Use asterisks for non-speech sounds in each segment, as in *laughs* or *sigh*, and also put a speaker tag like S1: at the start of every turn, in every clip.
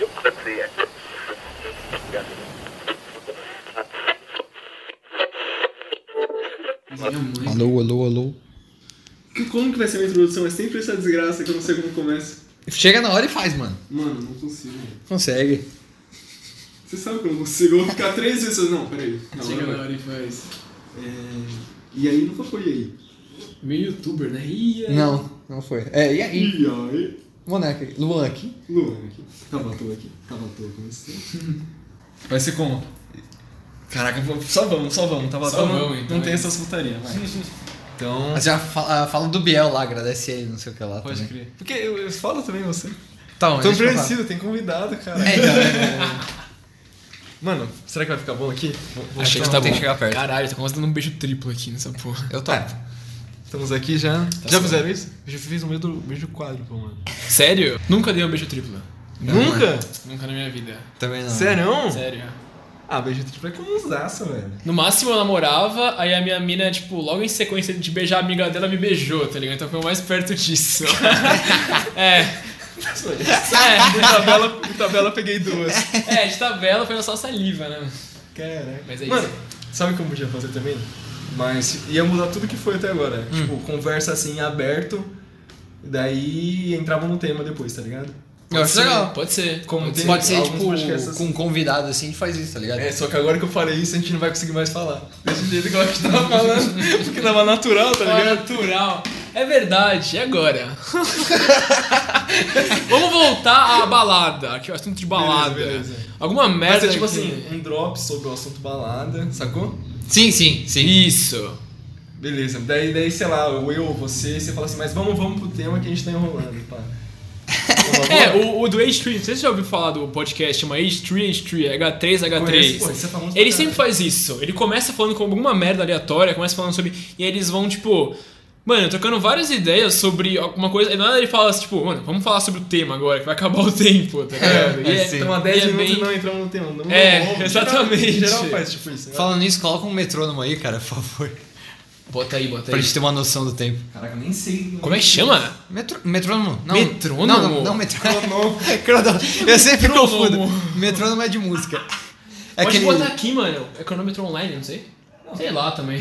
S1: acontecer.
S2: Alô, alô, alô.
S3: Que- Como que vai ser minha introdução? É sempre essa desgraça que eu não sei como começa.
S2: Chega na hora e faz, mano.
S3: Mano, não consigo. mano.
S2: Consegue.
S3: Você sabe que eu não consigo. Eu vou ficar três vezes. Não, peraí. Não,
S4: Chega
S3: agora
S4: na hora e faz.
S3: vai. É... E aí nunca foi e aí.
S4: Meio youtuber, né? Ia.
S2: Não, não foi. É, e
S5: Hum.
S2: aí?
S3: E aí?
S2: Moneca, Luan aqui.
S3: Luan aqui. Tava à toa aqui. Tava à toa com esse.
S5: Vai ser como? Caraca, vou- só vamos, só vamos. Tava
S4: Só
S5: tão-
S4: vamos,
S5: não,
S4: então,
S5: não tem
S4: é.
S5: essas putarias,
S2: *laughs*
S5: vai. Então.
S2: Mas Ah, já fala, fala do Biel lá, agradece ele, não sei o que lá.
S5: Pode
S2: também.
S5: crer. Porque eu, eu falo também você.
S2: Então,
S5: Tô
S2: deixa eu falar.
S5: preciso, tem convidado, cara.
S2: É, então, é.
S5: *laughs* Mano, será que vai ficar bom aqui? Vou- vou-
S2: Achei que
S5: então,
S2: tá
S5: tem
S2: bom.
S5: chegar perto.
S4: Caralho, tá quase dando um beijo triplo aqui nessa porra.
S2: Eu tô.
S5: É. Estamos aqui já. já
S4: certo.
S5: fizeram isso? Eu já fiz um meio do beijo quádruplo, mano.
S4: Sério? Nunca dei um beijo triplo.
S5: Nunca?
S4: Nunca na minha vida.
S2: Também não.
S5: é. Sério?
S3: Hum.
S4: Sério.
S5: Ah, beijo triplo é comunzaço, velho.
S4: No máximo eu namorava, aí a minha mina, tipo, logo em sequência de beijar a amiga dela, me beijou, tá ligado? Então foi o mais perto
S2: *laughs*
S4: disso. *laughs* é.
S5: *laughs* Em tabela, em tabela eu peguei duas.
S4: É, é, de tabela foi na só saliva, né?
S5: Caraca.
S4: Mas é isso.
S5: Mano, sabe o que eu podia fazer também? Mas ia mudar tudo que foi até agora. Tipo, conversa assim, aberto. Daí entrava no tema depois, tá ligado?
S2: Eu acho legal.
S4: Pode ser.
S5: Como
S4: pode
S5: tem-
S2: Pode ser,
S5: Alguns
S2: tipo,
S5: podcasts assim.
S2: com um convidado assim, a gente faz isso, tá ligado?
S5: É, só que agora que eu falei isso, a gente não vai conseguir mais falar. Desse jeito igual a gente tava falando, porque tava natural, tá
S4: ser. Ah,
S5: ligado?
S4: natural. É verdade, é agora. *laughs* Vamos voltar à balada. Aqui, o assunto de balada.
S5: Beleza, beleza.
S4: Alguma
S5: Mas
S4: merda.
S5: é tipo
S4: que-
S5: assim, um drop sobre o assunto balada, sacou?
S2: Sim, sim, sim.
S4: Isso.
S5: Beleza, daí, daí sei lá, ou eu ou você, você fala assim, mas vamos, vamos pro tema que a gente tá enrolando,
S4: *laughs*
S5: pá.
S4: É, o, o do H3, não sei se você já ouviu falar do podcast, chama H3, H3, H3, H3.
S5: Conhece, pô, isso é famoso pra
S4: Ele
S5: caralho.
S4: sempre faz isso. Ele começa falando com alguma merda aleatória, começa falando sobre. E aí eles vão, tipo. Mano, trocando várias ideias sobre alguma coisa. E nada ele fala assim, tipo, mano, vamos falar sobre o tema agora, que vai acabar o tempo, tá ligado? E
S5: É, então há 10
S4: e é
S5: minutos
S4: bem-
S5: não entramos no tema. Não,
S4: É,
S5: não, não.
S4: exatamente.
S5: Geral, geral faz tipo isso. né?
S2: Falando nisso, coloca um metrônomo aí, cara, por favor.
S4: Bota aí, bota
S2: Pra
S4: aí.
S2: gente ter uma noção do tempo.
S5: Caraca, nem sei.
S4: Como é que chama?
S2: Metro... Metrônomo? Não.
S4: Metrônomo?
S2: Não, não, não metrônomo. Cronônomo. Eu sempre
S4: Metrônomo.
S2: confundo. Metrônomo é de música. É
S4: Pode
S2: aquele...
S4: botar aqui, mano. É cronômetro online, não sei. Sei lá também.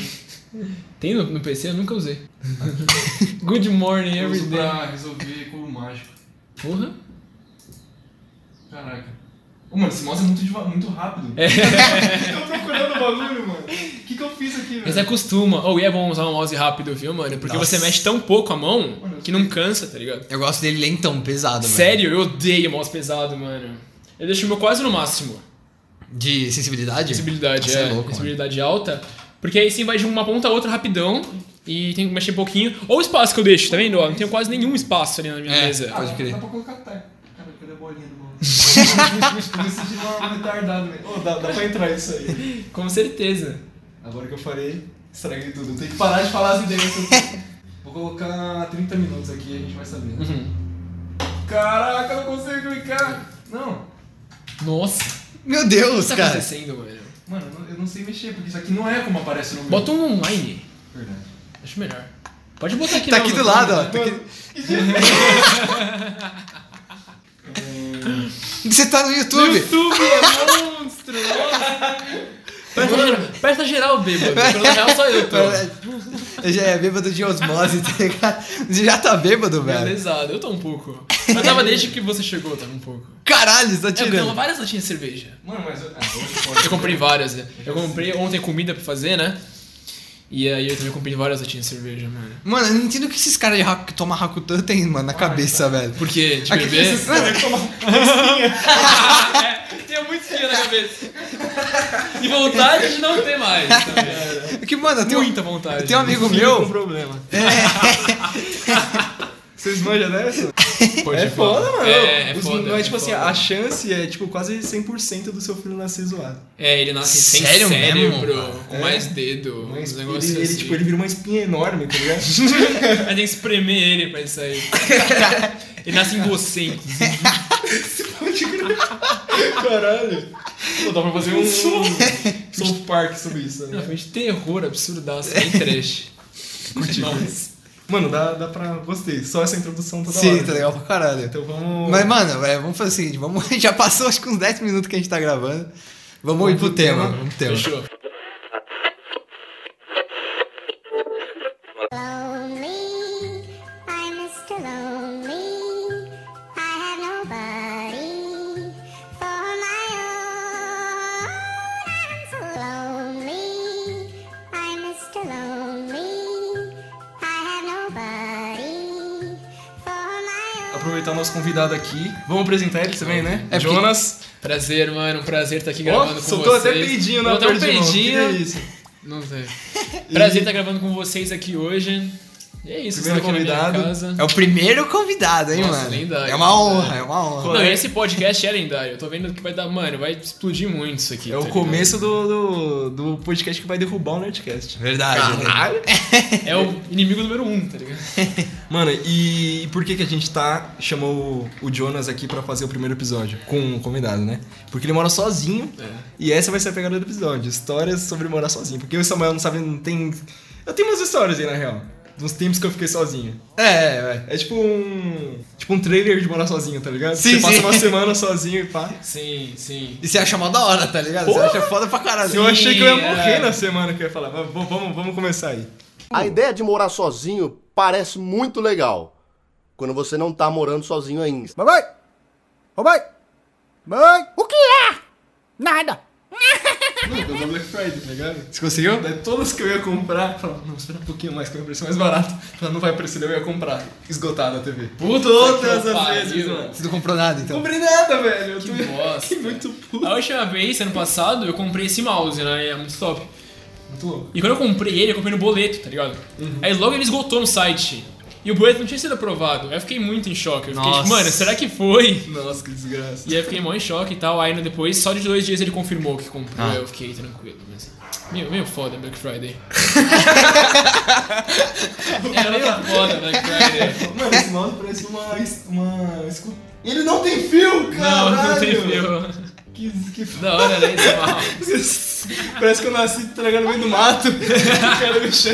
S4: Tem no, no PC? Eu nunca usei. *laughs* Good morning,
S6: Eu uso
S4: everyday.
S6: pra resolver cubo mágico.
S4: Porra.
S6: Caraca. Ô, mano, esse mouse é muito, deva- muito rápido.
S4: É,
S5: Eu tô procurando o bagulho, mano. O que, que eu fiz aqui,
S4: Mas é acostuma. Ou é bom usar um mouse rápido, viu, mano? Porque você mexe tão pouco a mão que não cansa, tá ligado?
S2: Eu gosto dele lentão, pesado. velho.
S4: Sério, eu odeio mouse pesado, mano. Eu deixo o meu quase no máximo.
S2: De sensibilidade?
S4: Sensibilidade,
S2: Nossa,
S4: é,
S2: é louco,
S4: sensibilidade alta. Porque aí sim vai de um- uma ponta a outra rapidão e tem que mexer pouquinho. Ou o espaço que eu deixo, tá vendo? Ó, Não tenho quase nenhum espaço ali na minha
S2: É.
S4: mesa.
S2: Pode crer.
S6: Dá pra colocar até. Cara, cadê a bolinha do
S2: *laughs*
S6: mouse?
S5: Eu me senti uma retardado, velho. Ô, dá, dá pra entrar isso aí.
S4: Com certeza.
S5: Agora que eu falei, estraguei tudo. Eu tenho que parar de falar as ideias. Vou colocar 30 minutos aqui e a gente vai saber.
S2: Uhum.
S5: Caraca, eu não consigo clicar. Não,
S4: Nossa,
S2: Meu
S4: o
S2: Deus,
S4: que tá
S2: cara.
S4: acontecendo, mano?
S5: mano, eu não- eu não sei mexer, porque isso aqui não é como aparece no meu.
S4: Bota um online.
S5: Verdade.
S4: Acho melhor. Pode botar aqui
S2: Tá
S4: não,
S2: aqui
S4: não
S2: do
S4: tem
S2: lado, ó.
S4: problema.
S2: Tá aqui... Você tá no YouTube.
S4: YouTube é
S2: *laughs*
S4: monstro! Nossa. Presta geral, bêbado. Na real, só eu
S2: *laughs* É
S4: tô.
S2: Eu Já é bêbado de osmose, tá ligado? Você já tá bêbado, velho.
S4: Belezado, eu tô um pouco. Eu tava desde que você chegou, eu tava um pouco.
S2: Caralho, você tá
S4: É, porque eu
S2: tirando.
S4: tava várias latinhas de cerveja.
S5: Mano, mas. eu- Ah, hoje
S4: Eu
S5: pode.
S4: comprei várias, né? Eu comprei ontem comida pra fazer, né? E aí eu também comprei várias latinhas de cerveja, mano.
S2: Mano, eu não entendo o que esses caras de Haku- que tomam Hakutan tem, mano, na cabeça, velho.
S4: Porque tipo, de
S2: Aqui,
S4: bebê.
S2: esses caras que
S4: *laughs*
S2: tomam-
S4: Tinha muito fio na cabeça. E vontade de não ter mais. tá
S2: é Que, mano, eu tenho,
S4: Muita vontade.
S2: eu tenho um amigo
S5: Com
S2: meu.
S5: problema. *laughs* Vocês manjam dessa?
S4: Pode
S5: É foda, mano.
S4: É, é
S5: Os-
S4: foda.
S5: Mas, tipo
S4: é
S5: assim,
S4: foda.
S5: a chance é, tipo, quase 100% do seu filho nascer zoado.
S4: É, ele nasce sem
S2: Sério mesmo,
S4: cérebro,
S2: cara?
S4: com
S5: É.
S4: mais dedo,
S5: Uma
S4: uns
S5: espinha-
S4: negócios
S5: ele, ele,
S4: assim.
S5: tipo, ele vira uma espinha enorme, tá
S4: *laughs*
S5: ligado?
S4: Aí tem que espremer ele pra ele
S2: *laughs*
S4: sair. ele nasce em você, inclusive.
S5: Caralho. Pô, dá pra fazer um
S4: um
S5: South Park sobre isso,
S4: Não,
S5: né?
S4: É Foi de terror absurdaço, bem trash. Continua.
S5: Mano, dá, dá pra. Gostei. Só essa introdução toda
S2: Sim,
S5: hora.
S2: tá legal pra caralho.
S5: Então vamos.
S2: Mas, mano, é, vamos fazer o seguinte, vamos, *laughs* já passou acho que uns 10 minutos que a gente tá gravando. Vamos, ir pro tema. Vamos pro tema.
S4: Fechou.
S1: Lonely, I'm Mr. Lonely. I have nobody for my own. I'm so lonely. I'm Mr. Lonely. I have nobody for my own.
S5: Aproveitar o nosso convidado aqui. Vamos apresentar ele também, né?
S2: É porque-
S5: Jonas.
S4: Prazer, mano. Um prazer estar aqui
S5: Ó,
S4: gravando com
S5: soltou
S4: vocês.
S5: até peidinho na
S4: Soltou
S5: perna
S4: um
S5: de mão.
S4: peidinho.
S5: Que é isso.
S4: Não
S5: *laughs*
S4: sei. Prazer estar gravando com vocês aqui hoje. E é isso,
S5: Primeiro
S4: estou aqui na
S5: convidado.
S4: minha casa.
S2: É o primeiro convidado, hein,
S4: Nossa,
S2: mano?
S4: lendário.
S2: é uma honra, é uma honra.
S4: Não, esse podcast é lendário. Eu tô vendo que vai dar, mano, vai explodir muito isso aqui.
S5: É
S4: tá
S5: o
S4: ligado?
S5: começo do, do, do podcast que vai derrubar o Nerdcast.
S2: Verdade. né?
S4: É o inimigo número um, tá ligado?
S5: Mano, e por que, que a gente tá. Chamou o Jonas aqui pra fazer o primeiro episódio com um convidado, né? Porque ele mora sozinho e essa vai ser a pegada do episódio: histórias sobre morar sozinho. Porque o Samuel não sabe, não tem. Eu tenho umas histórias aí na real. Dos tempos que eu fiquei sozinho.
S2: É, é,
S5: É tipo um. Tipo um trailer de morar sozinho, tá ligado?
S2: Sim,
S5: Você passa
S2: sim.
S5: uma semana sozinho e pá.
S4: Sim, sim.
S2: E você acha mó da hora, tá ligado? Você acha foda pra caralho.
S5: Eu achei que eu ia morrer
S4: é.
S5: na semana que eu ia falar. Mas v- vamos, vamos começar aí.
S7: A ideia de morar sozinho parece muito legal. Quando você não tá morando sozinho ainda. Mamãe! Mamãe! Mãe! O que é? Nada!
S5: Mano, deu uma Black Friday, tá ligado?
S2: Você conseguiu?
S5: Daí todas que eu ia comprar, eu falava, não, espera um pouquinho mais que vai aparecer mais barato. Eu falava, não vai aparecer, daí eu ia comprar. Esgotada a TV.
S4: Puta
S5: Todas
S4: que
S5: as
S4: pariu,
S5: vezes, mano.
S4: mano.
S2: Você não comprou nada,
S5: Não
S2: então.
S4: é?
S5: comprei nada, velho. Eu
S4: Que
S5: tô-
S4: bosta,
S5: Fiquei *laughs* muito puto.
S4: A última vez, ano passado, eu comprei esse mouse, né? É muito top.
S5: Muito louco.
S4: E quando eu comprei ele, eu comprei no boleto, tá ligado?
S5: Uhum.
S4: Aí logo ele esgotou no site. E o boleto não tinha sido aprovado. Aí eu fiquei muito em choque. Eu fiquei,
S2: Nossa.
S4: tipo, mano, será que foi?
S5: Nossa, que desgraça.
S4: E aí eu fiquei mó em choque e tal. Aí no- depois, só de dois dias ele confirmou que comprou.
S5: Ah.
S4: Aí eu fiquei tranquilo. Mas... Meu, meio foda Black Friday. é meio foda Black Friday.
S5: Mano, esse mouse parece uma. es- uma escu- Ele não tem fio,
S4: Não,
S5: caralho!
S4: não tem fio.
S5: Que, que
S4: Da hora, né? Isso é mal.
S5: Parece que eu nasci tragando no meio do *laughs* mato. Cara, bicho.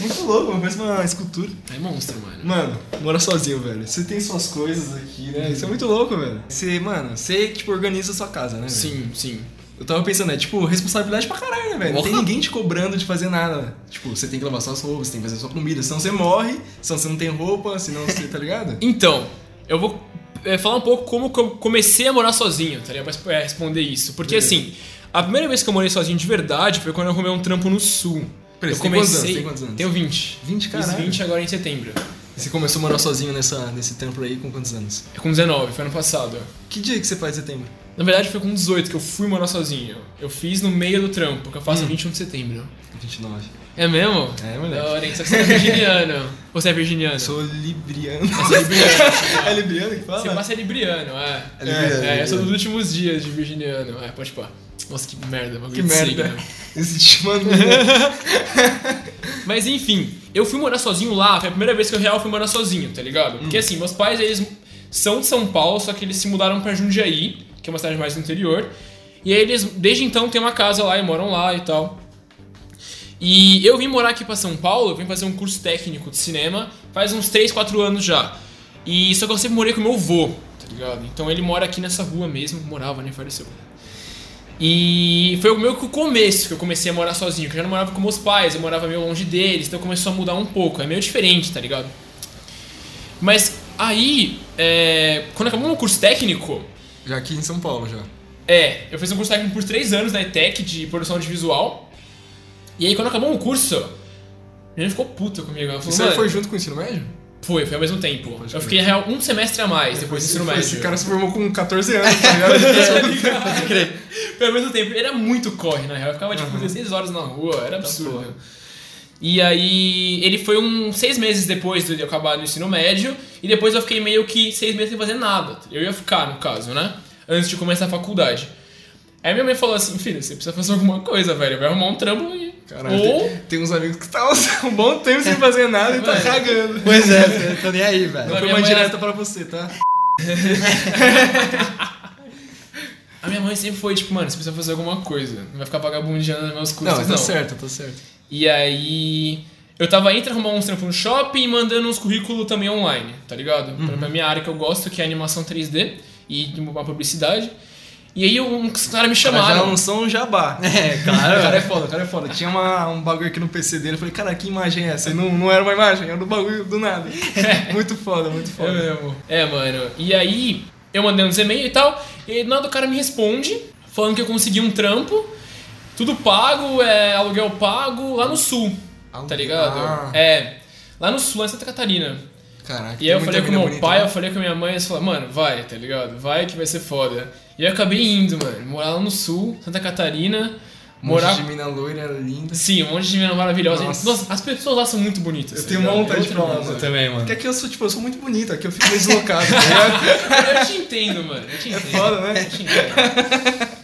S5: Muito louco, mano. Parece uma escultura.
S4: É monstro, mano.
S5: Mano, mora sozinho, velho. Você tem suas coisas aqui, né? Isso é muito louco, velho. Você, mano, você, tipo, organiza a sua casa, né? velho?
S4: Sim, sim.
S5: Eu tava pensando, é tipo, responsabilidade pra caralho, né, velho? Não tem
S2: Porra.
S5: ninguém te cobrando de fazer nada. né? Tipo, você tem que lavar suas roupas, você tem que fazer sua comida. Senão você morre, senão você não tem roupa, senão você, tá *laughs* ligado?
S4: Então, eu vou é, falar um pouco como que eu comecei a morar sozinho, tá ligado? Pra é, responder isso. Porque assim, a primeira vez que eu morei sozinho de verdade foi quando eu arrumei um trampo no sul.
S5: Peraí,
S4: eu
S5: você tem quantos anos? Tem quantos anos?
S4: Tenho 20.
S5: 20,
S4: Fiz
S5: caralho.
S4: 20 agora em setembro.
S5: E Você começou a morar sozinho nessa, nesse tempo aí com quantos anos?
S4: É com 19, foi ano passado.
S5: Que dia que você faz setembro?
S4: Na verdade foi com 18 que eu fui morar sozinho. Eu fiz no meio do trampo, que eu faço 21 de setembro.
S5: 29.
S4: Hum. É mesmo?
S5: É, moleque.
S4: Da hora, hein? Só que você é virginiano. Ou *laughs* Você é virginiano?
S5: Sou libriano. *laughs* é libriano que
S4: Você
S5: fala?
S4: passa é libriano, é.
S2: É libriano,
S4: É, eu sou
S2: libriano.
S4: dos últimos dias de virginiano. É, pode pôr. Nossa, que merda, bagulho
S5: Que
S4: de
S5: merda.
S4: signo.
S5: Esse tipo te manda.
S4: Mas enfim, eu fui morar sozinho lá, foi a primeira vez que eu real fui morar sozinho, tá ligado? Porque assim, meus pais eles são de São Paulo, só que eles se mudaram pra Jundiaí, que é uma cidade mais do interior. E aí eles, desde então, têm uma casa lá e moram lá e tal. E eu vim morar aqui pra São Paulo, eu vim fazer um curso técnico de cinema faz uns 3, 4 anos já. E só que eu sempre morei com meu avô, tá ligado? Então ele mora aqui nessa rua mesmo, morava, nem faleceu. E foi meio que o começo que eu comecei a morar sozinho, que eu já não morava com meus pais, eu morava meio longe deles, então começou a mudar um pouco, é meio diferente, tá ligado? Mas aí, é, quando acabou meu curso técnico,
S5: Já aqui em São Paulo, já.
S4: é, eu fiz um curso técnico por três anos na ETEC de produção de visual. E aí quando acabou o curso, a gente ficou puta comigo. Ela falou,
S5: Você
S4: "Mano,
S5: foi junto com o ensino médio?
S4: foi, foi ao mesmo tempo. Eu
S5: crer.
S4: fiquei na real um semestre a mais depois do ensino médio.
S5: Esse
S4: *laughs*
S5: cara se formou com 14 anos, tá ligado?
S4: Pode crer. Foi ao mesmo tempo. Era muito corre, na real. Eu ficava tipo 16 horas na rua,
S5: Tá
S4: era absurdo. E aí, ele foi um seis meses depois de eu acabar no ensino médio, e depois eu fiquei meio que seis meses sem fazer nada. Eu ia ficar, no caso, né? Antes de começar a faculdade. Aí minha mãe falou assim, filho, você precisa fazer alguma coisa, velho. Vai arrumar um trampo e...
S5: Caralho,
S4: Ou...
S5: tem, tem uns amigos que estavam *laughs* um bom tempo sem fazer nada e tá
S4: Mano.
S5: cagando.
S2: Pois é, tô nem aí, velho.
S4: Não,
S5: Foi
S4: minha
S5: uma
S4: mãe
S5: direta pra você, tá?
S4: A minha mãe sempre foi tipo, mano, você precisa fazer tá alguma coisa. Não vai ficar vagabundeando nos meus cursos, não.
S5: certo, tá certo.
S4: E aí. Eu tava entre arrumar uns trampos no shopping e mandando uns currículos também online, tá ligado? Pra,
S5: Uhum.
S4: pra minha área que eu gosto, que é animação 3D e uma publicidade. E aí um- uns caras me
S5: Mas já
S4: chamaram.
S5: lançou um jabá.
S4: É,
S5: o cara é foda, o cara é foda. Tinha uma- um bagulho aqui no PC dele, eu falei, cara, que imagem é essa? E não, não era uma imagem, era um bagulho do nada. muito foda, muito
S4: É
S5: foda.
S4: mesmo. É, mano. E aí, eu mandei uns e-mails e tal, e do nada o cara me responde, falando que eu consegui um trampo, tudo pago, é aluguel pago, lá no sul. Tá
S5: Aluguel.
S4: ligado?
S5: Ah.
S4: É. Lá no sul, lá em Santa Catarina.
S5: Caraca,
S4: E aí eu
S5: tem
S4: falei
S5: muita
S4: com
S5: mina
S4: meu
S5: bonita,
S4: pai,
S5: né?
S4: eu falei com minha mãe, eles falaram, mano, vai, tá ligado? Vai que vai ser foda. E aí eu acabei indo, mano. Morar lá no sul, Santa Catarina,
S5: Um monte
S4: morar.
S5: de mina loira, linda.
S4: Sim, um monte de mina maravilhosa.
S5: Nossa.
S4: Nossa, as pessoas lá são muito bonitas.
S5: Eu
S4: tá
S5: tenho uma
S4: ligado?
S5: vontade de
S4: Outro
S5: falar,
S4: mundo.
S5: mano.
S4: também, mano.
S5: Porque aqui eu sou, tipo, eu sou muito bonito, aqui eu fico meio deslocado, tá ligado?
S4: Eu te entendo, mano. Eu te entendo.
S5: foda, né?
S4: Eu te entendo.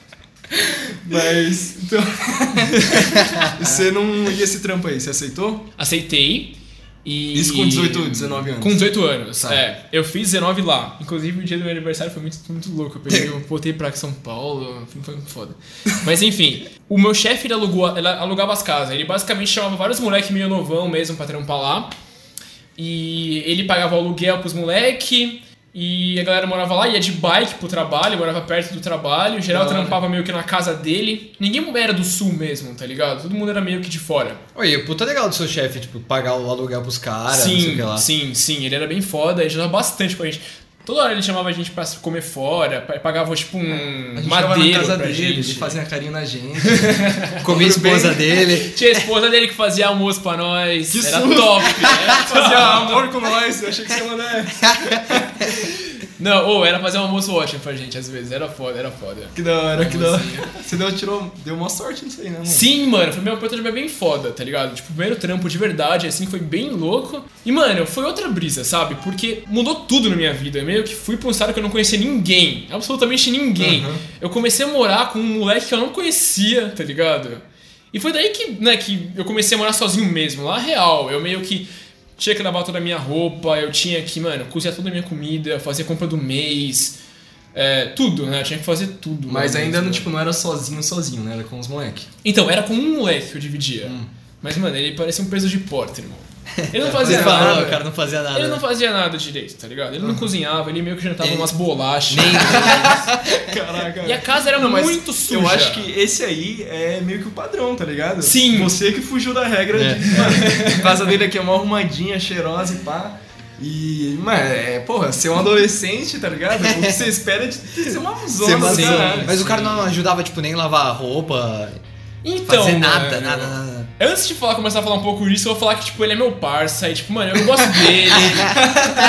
S5: Mas, então... *laughs* E você não... E esse trampo aí, você aceitou?
S4: Aceitei. E...
S5: Isso com 18, 19 anos.
S4: Com 18 anos,
S5: Tá.
S4: é. Eu fiz 19 lá. Inclusive, o dia do meu aniversário foi muito, muito louco. Eu,
S5: *laughs*
S4: peguei, eu voltei pra São Paulo, foi- foi muito foda. Mas enfim, o meu chefe ele alugou, ele alugava as casas. Ele basicamente chamava vários moleques meio novão mesmo pra trampar lá. E ele pagava o aluguel pros moleque. E a galera morava lá, ia de bike pro trabalho, morava perto do trabalho. Geral trampava meio que na casa dele. Ninguém era do sul mesmo, tá ligado? Todo mundo era meio que de fora.
S2: Oi, puta legal do seu chefe, tipo, pagar o aluguel pros caras, não sei o
S4: Sim,
S2: que lá.
S4: sim, sim. Ele era bem foda, ele ajudava bastante com a gente. Toda hora ele chamava a gente pra comer fora, pa- pagava tipo um
S5: A gente tava na
S4: madeiro
S5: casa
S4: pra
S5: dele,
S4: gente.
S5: ele fazia carinho na *laughs* gente.
S2: Comi a esposa dele.
S4: Tinha a esposa dele que fazia almoço pra nós. era top, né?
S5: *laughs*
S4: era
S5: fazia
S4: top.
S5: amor com nós, eu achei que você ia mandar essa.
S4: Não, ou era fazer um almoço ótimo pra gente às vezes. Era foda, era foda.
S5: Que da hora, que da hora. Você deu, tirou, deu uma sorte nisso aí, né, mano?
S4: Sim, mano, foi meu oportunidade bem foda, tá ligado? Tipo, primeiro trampo de verdade, assim, foi bem louco. E, mano, foi outra brisa, sabe? Porque mudou tudo na minha vida. Eu meio que fui pra um estado que eu não conhecia ninguém. Absolutamente ninguém. Eu comecei a morar com um moleque que eu não conhecia, tá ligado? E foi daí que, né, que eu comecei a morar sozinho mesmo, lá real. Eu meio que tinha que lavar toda a minha roupa, eu tinha que, mano, cozinhar toda a minha comida, fazer compra do mês. É, tudo, né? Eu tinha que fazer tudo.
S5: Mas
S4: né,
S5: ainda, não,
S4: mesmo.
S5: tipo, não era sozinho, sozinho, né? Era com os moleques.
S4: Então, era com um moleque que eu dividia.
S5: Hum.
S4: Mas, mano, ele parecia um peso de porta, irmão. Ele
S5: É,
S4: não fazia
S5: *laughs*
S2: Você falou, o
S4: nada.
S2: cara não fazia nada.
S4: Ele não fazia nada direito, tá ligado? Ele não
S5: Hum.
S4: cozinhava, ele meio que jantava umas bolachas. *laughs*
S5: Caraca.
S4: E a casa era
S5: Não, mas
S4: muito suja.
S5: Eu acho que esse aí é meio que o padrão, tá ligado?
S4: Sim.
S5: Você que fugiu da regra de. Mano, *laughs* a casa dele aqui é uma arrumadinha, cheirosa e pá. E, mano, é, porra, ser um adolescente, tá ligado? O
S4: *laughs*
S5: que você espera é de ser uma
S2: Você
S5: zona, tá
S2: fazia-
S5: caralho.
S2: Mas o cara não ajudava, tipo, nem lavar a roupa,
S4: Então,
S2: fazer nada,
S4: mano,
S2: nada, nada.
S4: Antes de falar, começar a falar um pouco disso, eu vou falar que, tipo, ele é meu parça. E, tipo, mano, eu gosto
S5: *laughs*
S4: dele.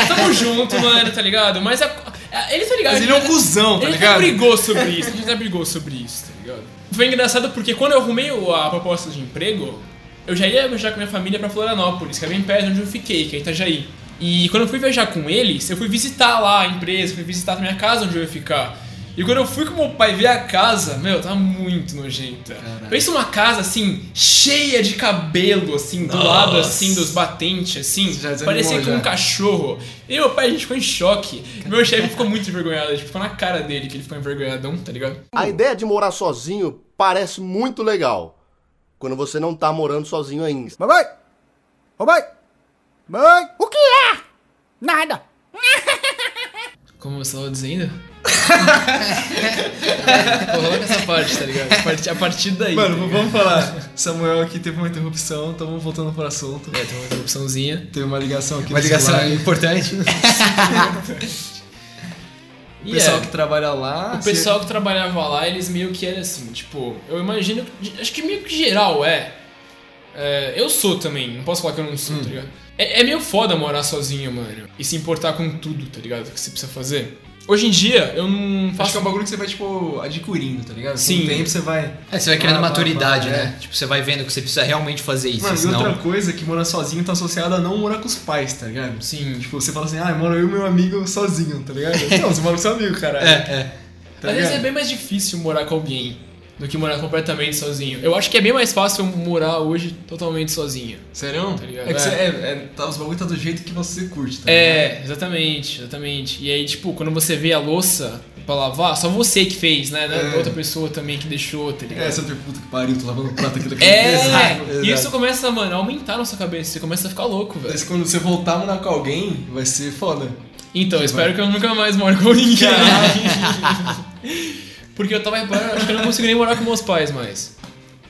S4: Tamo junto, mano, tá ligado? Mas a, a- ele tá ligado.
S5: Mas ele é um cuzão, tá
S4: Ele
S5: ligado?
S4: já brigou sobre isso, a gente já brigou sobre isso, tá ligado? Foi engraçado porque quando eu arrumei o- a proposta de emprego, eu já ia viajar com a minha família pra Florianópolis, que é bem perto de onde eu fiquei, que é Itajaí. E quando eu fui viajar com eles, eu fui visitar lá a empresa, fui visitar a minha casa onde eu ia ficar. E quando eu fui com meu pai ver a casa, meu, tava muito nojenta. Pensa uma casa assim, cheia de cabelo, assim, do lado assim, dos batentes, assim.
S5: Você já desanimou,
S4: Parecia que um
S5: já.
S4: cachorro. E meu pai, a gente ficou em choque. Meu chefe ficou muito envergonhado. Tipo, ficou na cara dele que ele ficou envergonhadão, tá ligado?
S7: A ideia de morar sozinho parece muito legal. Quando você não tá morando sozinho ainda.
S6: Mamãe! Ô mãe! Mãe! O que é? Nada!
S4: Como você tava
S5: *laughs*
S4: dizendo? Coloca essa parte, tá ligado? A partir, a partir daí. tá
S5: Mano, v-
S4: ligado?
S5: vamos falar. Samuel aqui teve uma interrupção, estamos voltando pro assunto.
S4: É, tem uma interrupçãozinha.
S5: Teve uma ligação aqui
S2: Uma
S5: no
S2: ligação
S5: celular.
S2: importante.
S5: O
S4: E
S5: pessoal
S4: é,
S5: que trabalha lá.
S4: o pessoal que trabalhava lá, eles meio que era assim, tipo, eu imagino. que- Acho que meio que geral é. É, eu sou também, não posso falar que eu não sou,
S5: Hum.
S4: tá ligado? É, é meio foda morar sozinho, mano. E se importar com tudo, tá ligado? O que você precisa fazer. Hoje em dia, eu não
S5: Acho
S4: faço
S5: que é um bagulho que você vai, tipo, adquirindo, tá ligado? Com
S4: Sim.
S5: o tempo você vai.
S2: É, você vai criando
S5: Ah,
S2: maturidade,
S5: bah, bah,
S2: né? Tipo, você vai vendo que você precisa realmente fazer isso,
S5: Mano, e
S2: senão...
S5: outra coisa é que morar sozinho tá associada a não morar com os pais, tá ligado?
S4: Sim.
S5: Tipo, você fala assim, ah, mora eu e meu amigo *laughs* sozinho, tá ligado? não, você mora com seu amigo, caralho.
S2: É, é.
S5: Tá
S4: Às vezes é
S5: ligado?
S4: bem mais difícil morar com alguém. do que morar completamente sozinho. Eu acho que é bem mais fácil eu morar hoje totalmente sozinho.
S5: Sério?
S4: Tá ligado?
S5: é
S4: É.
S5: que cê- é, é, tá, os bagulho tá do jeito que você curte, tá?
S4: É, exatamente, exatamente. E aí, tipo, quando você vê a louça pra lavar, só você que fez, né? Não é
S5: É.
S4: Outra pessoa também que deixou, tá
S5: É,
S4: ligado?
S5: seu puta que pariu, tô lavando prato aqui daquele
S4: É,
S5: *laughs* Exato,
S4: e
S5: exato.
S4: isso começa, mano, a aumentar na sua cabeça, você começa a ficar louco, velho.
S5: Mas quando você voltar a morar com alguém, vai ser foda. tipo
S4: Então, eu espero que eu nunca mais more com ninguém. *laughs* Porque eu tava reparando, acho que eu não consigo nem morar com meus pais mais.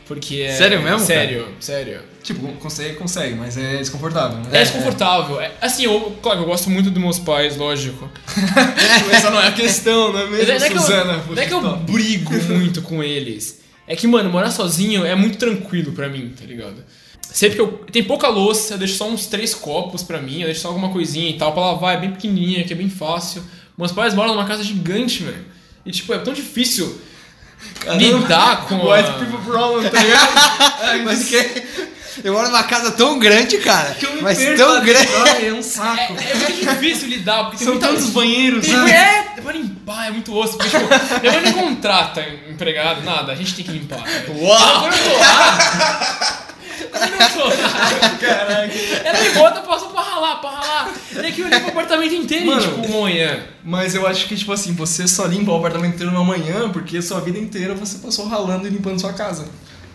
S4: Porque é.
S2: Sério mesmo, cara?
S4: Sério, sério.
S5: Tipo, consegue, consegue, mas é desconfortável, né?
S4: É, desconfortável. É- assim, eu, claro, eu gosto muito dos meus pais, lógico.
S5: Mas essa não é a questão, não é
S4: Mas
S5: mesmo,
S4: é, não é que eu-
S5: Suzana?
S4: não é que eu brigo muito com eles. É que, mano, morar sozinho é muito tranquilo pra mim, tá ligado? Sempre que eu. Tem pouca louça, eu deixo só uns três copos pra mim, eu deixo só alguma coisinha e tal pra lavar, é bem pequenininha, que é bem fácil. Meus pais moram numa casa gigante, velho. E, tipo, é tão difícil lidar com.
S5: White
S4: A...
S5: people problem, tá ligado?
S2: Mas que... Eu moro numa casa tão grande, cara. mas
S5: perco
S2: tão
S5: na
S2: grande.
S5: história, É um *laughs* saco.
S4: É muito difícil lidar, porque tem
S5: São
S4: muita
S5: tantos banheiros,
S4: Tem,
S5: né?
S4: é, pra limpar é muito osso, porque, tipo, minha mãe não contrata empregado, nada, a gente tem que limpar. Uau! Quando eu tô lá, quando eu tô lá, ela me bota, passa pra ralar, pra ralar, e aqui eu limpo o apartamento inteiro,
S5: Mano.
S4: tipo, manhã.
S5: *laughs* Mas eu acho que, tipo assim, você só limpa o apartamento inteiro na manhã porque sua vida inteira você passou ralando e limpando sua casa.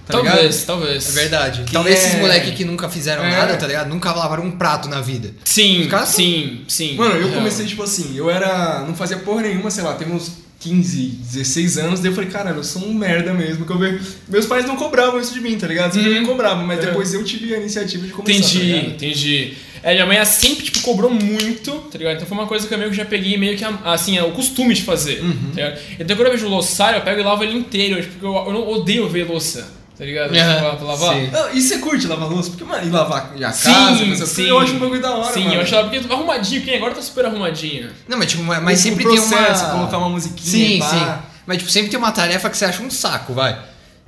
S5: Tá
S4: talvez,
S5: ligado?
S4: talvez.
S2: É verdade. Talvez esses
S5: é-
S2: moleque que nunca fizeram
S5: É.
S2: nada, tá ligado? Nunca lavaram um prato na vida.
S4: Sim,
S2: caras-
S4: sim, sim. É.
S5: Mano, eu
S4: Real.
S5: comecei, tipo assim, eu era. Não fazia porra nenhuma, sei lá, tem uns 15, 16 anos, daí eu falei, caralho, eu sou um merda mesmo. Que eu ve- Meus pais não cobravam isso de mim, tá ligado? Sempre
S4: Uhum.
S5: não cobravam, mas
S4: É.
S5: depois eu tive a iniciativa de começar.
S4: Entendi,
S5: tá ligado?
S4: entendi. É, minha mãe ela sempre tipo, cobrou muito, tá ligado? Então foi uma coisa que eu meio que já peguei meio que assim, é o costume de fazer.
S5: Uhum.
S4: Tá ligado? Então quando eu vejo o louçário, eu pego e lavo ele inteiro, tipo, porque eu, eu não odeio ver louça, tá ligado? Pra, pra lavar.
S2: sim.
S5: Ah, E você curte lavar louça? Porque, mano, e lavar a casa,
S4: Sim,
S5: coisa assim,
S4: sim.
S5: eu acho um bagulho da hora.
S4: Sim,
S5: mano.
S4: eu achava porque arrumadinho, quem agora tá super arrumadinho.
S2: Não, mas tipo, mas
S4: um
S5: O-
S2: sempre
S5: o
S2: tem
S5: Um processo,
S2: uma.
S5: colocar uma musiquinha
S2: Sim,
S5: e pá.
S2: sim. Mas tipo, sempre tem uma tarefa que você acha um saco, vai.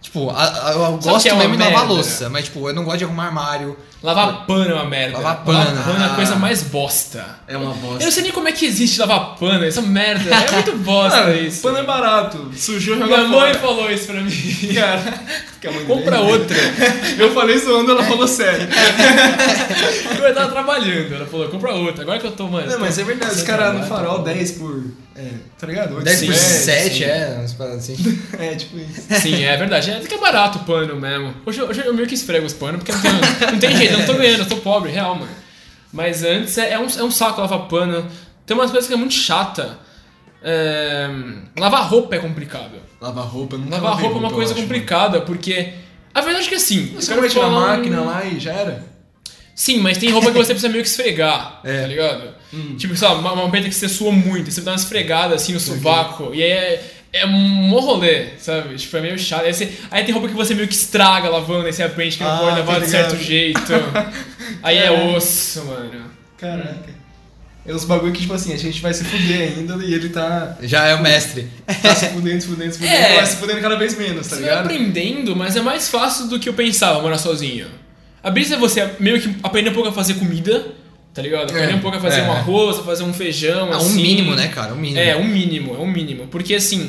S2: Tipo, a- a- eu
S4: que
S2: gosto
S4: é uma
S2: mesmo de lavar
S4: merda?
S2: louça, mas tipo, eu não gosto de arrumar armário.
S4: Lavar pano é uma merda.
S2: Lavar pano.
S4: é a coisa
S5: ah.
S4: mais bosta.
S5: É uma
S4: Eu
S5: bosta.
S4: não sei nem como é que existe lavar pano, essa merda. É muito bosta
S5: Mano,
S4: isso.
S5: pano
S4: *laughs*
S5: é barato. Sujou, joga
S4: Minha mãe
S5: fora.
S4: falou isso pra mim.
S5: *laughs* Cara, que a mãe
S4: Compra
S5: dele-
S4: outra.
S5: Eu falei zoando, ela falou sério.
S4: Eu tava trabalhando, ela falou, compra outra. Agora que eu tô, mano.
S5: *laughs* Não, mas é verdade. Os caras no farol, 10 por... É, tá ligado? Oito
S2: 10 por
S5: por
S2: 7, é, umas paradas assim.
S5: *laughs* É, tipo isso.
S4: *laughs* Sim, é verdade. É que é barato o pano mesmo. Hoje, eu- hoje eu meio que esfrego os panos, porque não tem, não tem jeito, eu não tô ganhando, eu tô pobre, real, mano. Mas antes é, é um, é um saco lavar pano. Tem umas coisas que é muito chata. É, lavar roupa é complicado.
S5: Lavar roupa, não
S4: Lavar roupa é uma coisa complicada, porque. A verdade é que assim.
S5: Os
S4: eu
S5: caras vão
S4: quero
S5: tirar a
S4: falar um-
S5: máquina lá e já era.
S4: Sim, mas tem roupa que você precisa meio que
S5: *laughs*
S4: esfregar,
S2: É.
S4: tá ligado?
S5: Hum.
S4: Tipo, sei lá, uma, uma peita que você sua muito, você dá uma esfregada assim no sovaco, e aí é, é um mó rolê, sabe? Tipo, é meio chato. Aí, você- aí tem roupa que você meio que estraga lavando, aí você aprende que não
S5: Ah,
S4: pode lavar
S5: tá
S4: de
S5: ligado.
S4: certo
S5: *laughs*
S4: jeito. aí é osso, mano.
S5: Tá Caraca. É uns bagulho que, tipo assim, a gente vai se fuder ainda e ele tá,
S2: Já é o mestre.
S5: tá se fudendo, se fudendo, se fudendo.
S4: É.
S5: Vai se fudendo cada vez menos, tá
S4: Você vai
S5: ligado?
S4: aprendendo, mas é mais fácil do que eu pensava morar sozinho. A brisa é você meio que aprender um pouco a fazer comida, tá ligado? Aprender
S5: É,
S4: um pouco a fazer
S5: é.
S4: um arroz, a fazer um feijão,
S2: É um
S4: assim.
S2: mínimo, né, cara? Um mínimo.
S4: É, um mínimo, é um mínimo. Porque assim.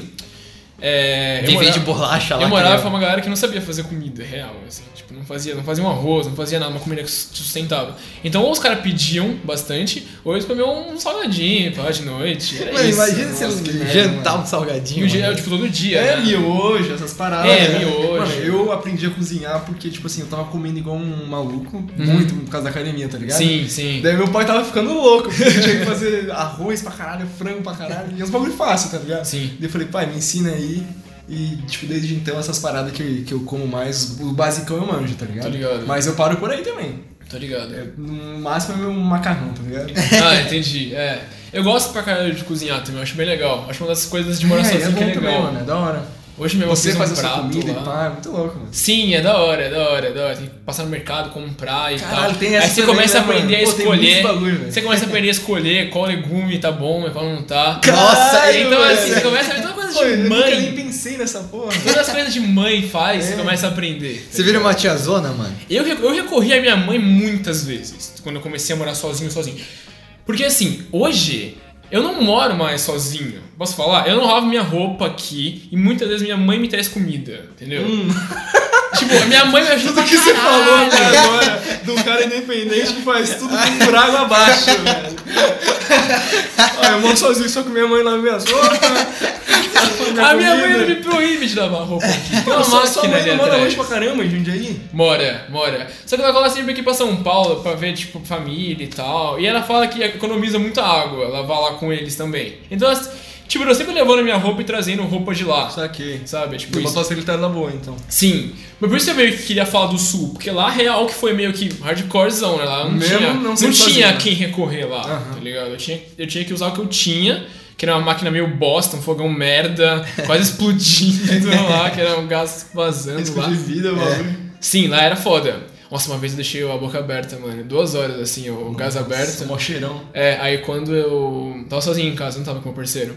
S4: É, eu,
S2: Viver
S4: mora-
S2: de bolacha lá.
S4: eu morava
S2: que
S4: com uma galera que não sabia fazer comida real, assim, tipo, não fazia, não fazia um arroz, não fazia nada, uma comida sustentável. Então ou os caras pediam bastante, ou eles comiam um salgadinho pá, de noite. Era
S2: Mano,
S4: isso.
S2: imagina se
S5: Nossa, que
S2: eu
S5: merda,
S2: jantar
S5: mano.
S2: um
S4: E
S2: salgadinho.
S4: o dia
S2: mano.
S4: era, tipo todo dia.
S5: É,
S4: né?
S5: miojo, essas paradas.
S4: É,
S5: né?
S4: miojo.
S5: Mano, eu aprendi a cozinhar porque, tipo assim, eu tava comendo igual um maluco, muito por causa da academia, tá ligado?
S4: Uhum. Sim, sim.
S5: Daí meu pai tava ficando louco, porque eu tinha que fazer arroz pra caralho, frango pra caralho, e uns bagulho fácil, tá ligado?
S4: Sim.
S5: Daí eu falei, pai, me ensina aí. E, tipo, desde então, essas paradas que, que eu como mais, o basicão eu manjo, tá ligado?
S4: Tô ligado.
S5: Mas eu paro por aí também.
S4: Tô ligado.
S5: É, No máximo é meu macarrão, tá ligado?
S4: Ah, entendi. É. Eu gosto pra caralho de cozinhar também, eu acho bem legal. Acho uma das coisas de *laughs* morar
S5: é, é
S4: sozinho
S5: bom
S4: que é legal.
S5: também, mano, é da hora.
S4: Hoje mesmo eu
S5: Você
S4: fiz um
S5: faz a sua
S4: prato
S5: comida
S4: lá.
S5: e pá, é muito louco, mano.
S4: Sim, é da hora, é da hora, é da hora. Tem que passar no mercado, comprar e
S5: Caralho,
S4: tal.
S5: tem essa
S4: Aí você
S5: também,
S4: começa a
S5: né, mano?
S4: aprender a
S5: Pô, tem muito
S4: escolher.
S5: bagulho, velho.
S4: você começa a aprender a escolher qual legume tá bom e qual não tá.
S2: Nossa,
S5: Caralho,
S4: então assim,
S5: velho.
S4: você começa a ver toda coisa
S5: Pô, eu
S4: de
S5: nunca nem
S4: mãe.
S5: pensei É. nessa porra.
S4: Todas as coisas de mãe faz, você começa a aprender.
S2: Você vira uma tiazona, mano?
S4: Eu, re- eu recorri à minha mãe muitas vezes, quando eu comecei a morar sozinho, sozinho. Porque assim, hoje Eu não moro mais sozinho. Posso falar? Eu não lavo minha roupa aqui e muitas vezes minha mãe me traz comida, entendeu? *laughs* tipo, a minha mãe me ajuda
S3: Tudo
S4: *laughs*
S3: que você falou até
S4: né?
S3: agora
S5: *laughs*
S3: de um cara independente que faz tudo por água abaixo, velho. Ah, eu moro sozinho, só com minha mãe lá minhas roupas.
S4: A minha mãe não me proíbe de lavar roupa *laughs* aqui. Então, Tem uma
S5: Sua- sua
S4: máquina
S5: mãe
S4: ali
S5: não mora
S4: atrás.
S5: longe pra caramba em Jundiaí?
S4: Mora, mora. Só que ela cola sempre aqui pra São Paulo pra ver, tipo, família e tal. E ela fala que economiza muita água lavar lá com eles também. Então, elas- tipo, eu sempre levando a minha roupa e trazendo roupa de lá.
S5: Saquei.
S4: Sabe? Tipo,
S5: Tu
S4: isso.
S5: botou a secretária na boa, então.
S4: Sim. Mas por isso eu meio que queria falar do sul, porque lá real que foi meio que hardcorezão, né? Lá não
S5: Mesmo
S4: tinha,
S5: não
S4: não
S5: sendo
S4: tinha
S5: sozinho. né?
S4: quem recorrer lá, tá ligado? Eu tinha, eu tinha que usar o que eu tinha, que era uma máquina meio bosta, um fogão merda, quase explodindo *laughs* lá, que era um gás vazando
S5: *laughs*
S3: Risco
S4: lá.
S3: de
S5: É.
S3: vida, mano.
S4: É. Sim, lá era foda. Nossa, uma vez eu deixei a boca aberta, mano. Duas horas, assim, o gás aberto.
S5: Mó cheirão.
S4: É, aí quando eu. Tava sozinho em casa, não tava com meu parceiro.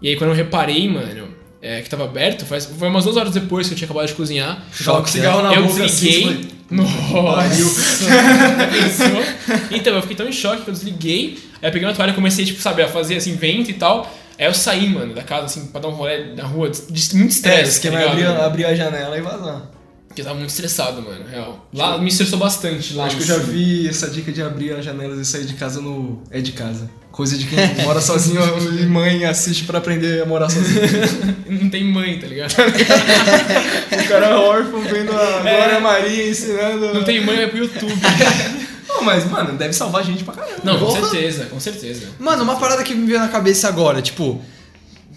S4: E aí quando eu reparei, mano, é, que tava aberto, faz, foi umas duas horas depois que eu tinha acabado de cozinhar.
S5: Tava com cigarro na
S4: eu
S5: boca
S4: desliguei.
S5: assim,
S4: Nossa! Pensou? *laughs* então, eu fiquei tão em choque que eu desliguei. Aí eu peguei uma toalha e comecei, tipo, sabe, a fazer assim, vento e tal. Aí eu saí, mano, da casa, assim, pra dar um rolê na rua, de, de- muito
S5: É,
S4: estresse.
S5: isso que
S4: tá
S5: vai abrir,
S4: ligado?
S5: abrir a janela e vazar.
S4: Porque eu tava muito estressado, mano, real. Lá me estressou bastante lá.
S5: Acho
S4: em
S5: que eu já
S4: cima.
S5: vi essa dica de abrir as janelas e sair de casa no. É de casa. Coisa de quem *laughs* mora sozinho e mãe assiste pra aprender a morar sozinho.
S4: *laughs* Não tem mãe, tá ligado? *laughs*
S5: O cara é órfão vendo a Glória Maria ensinando.
S4: Não tem mãe, vai pro
S5: *laughs*
S4: YouTube.
S5: Não, mas, mano, deve salvar gente pra caramba.
S4: Não, com
S2: Porra.
S4: certeza, com certeza.
S2: Mano, uma parada que me veio na cabeça agora, tipo,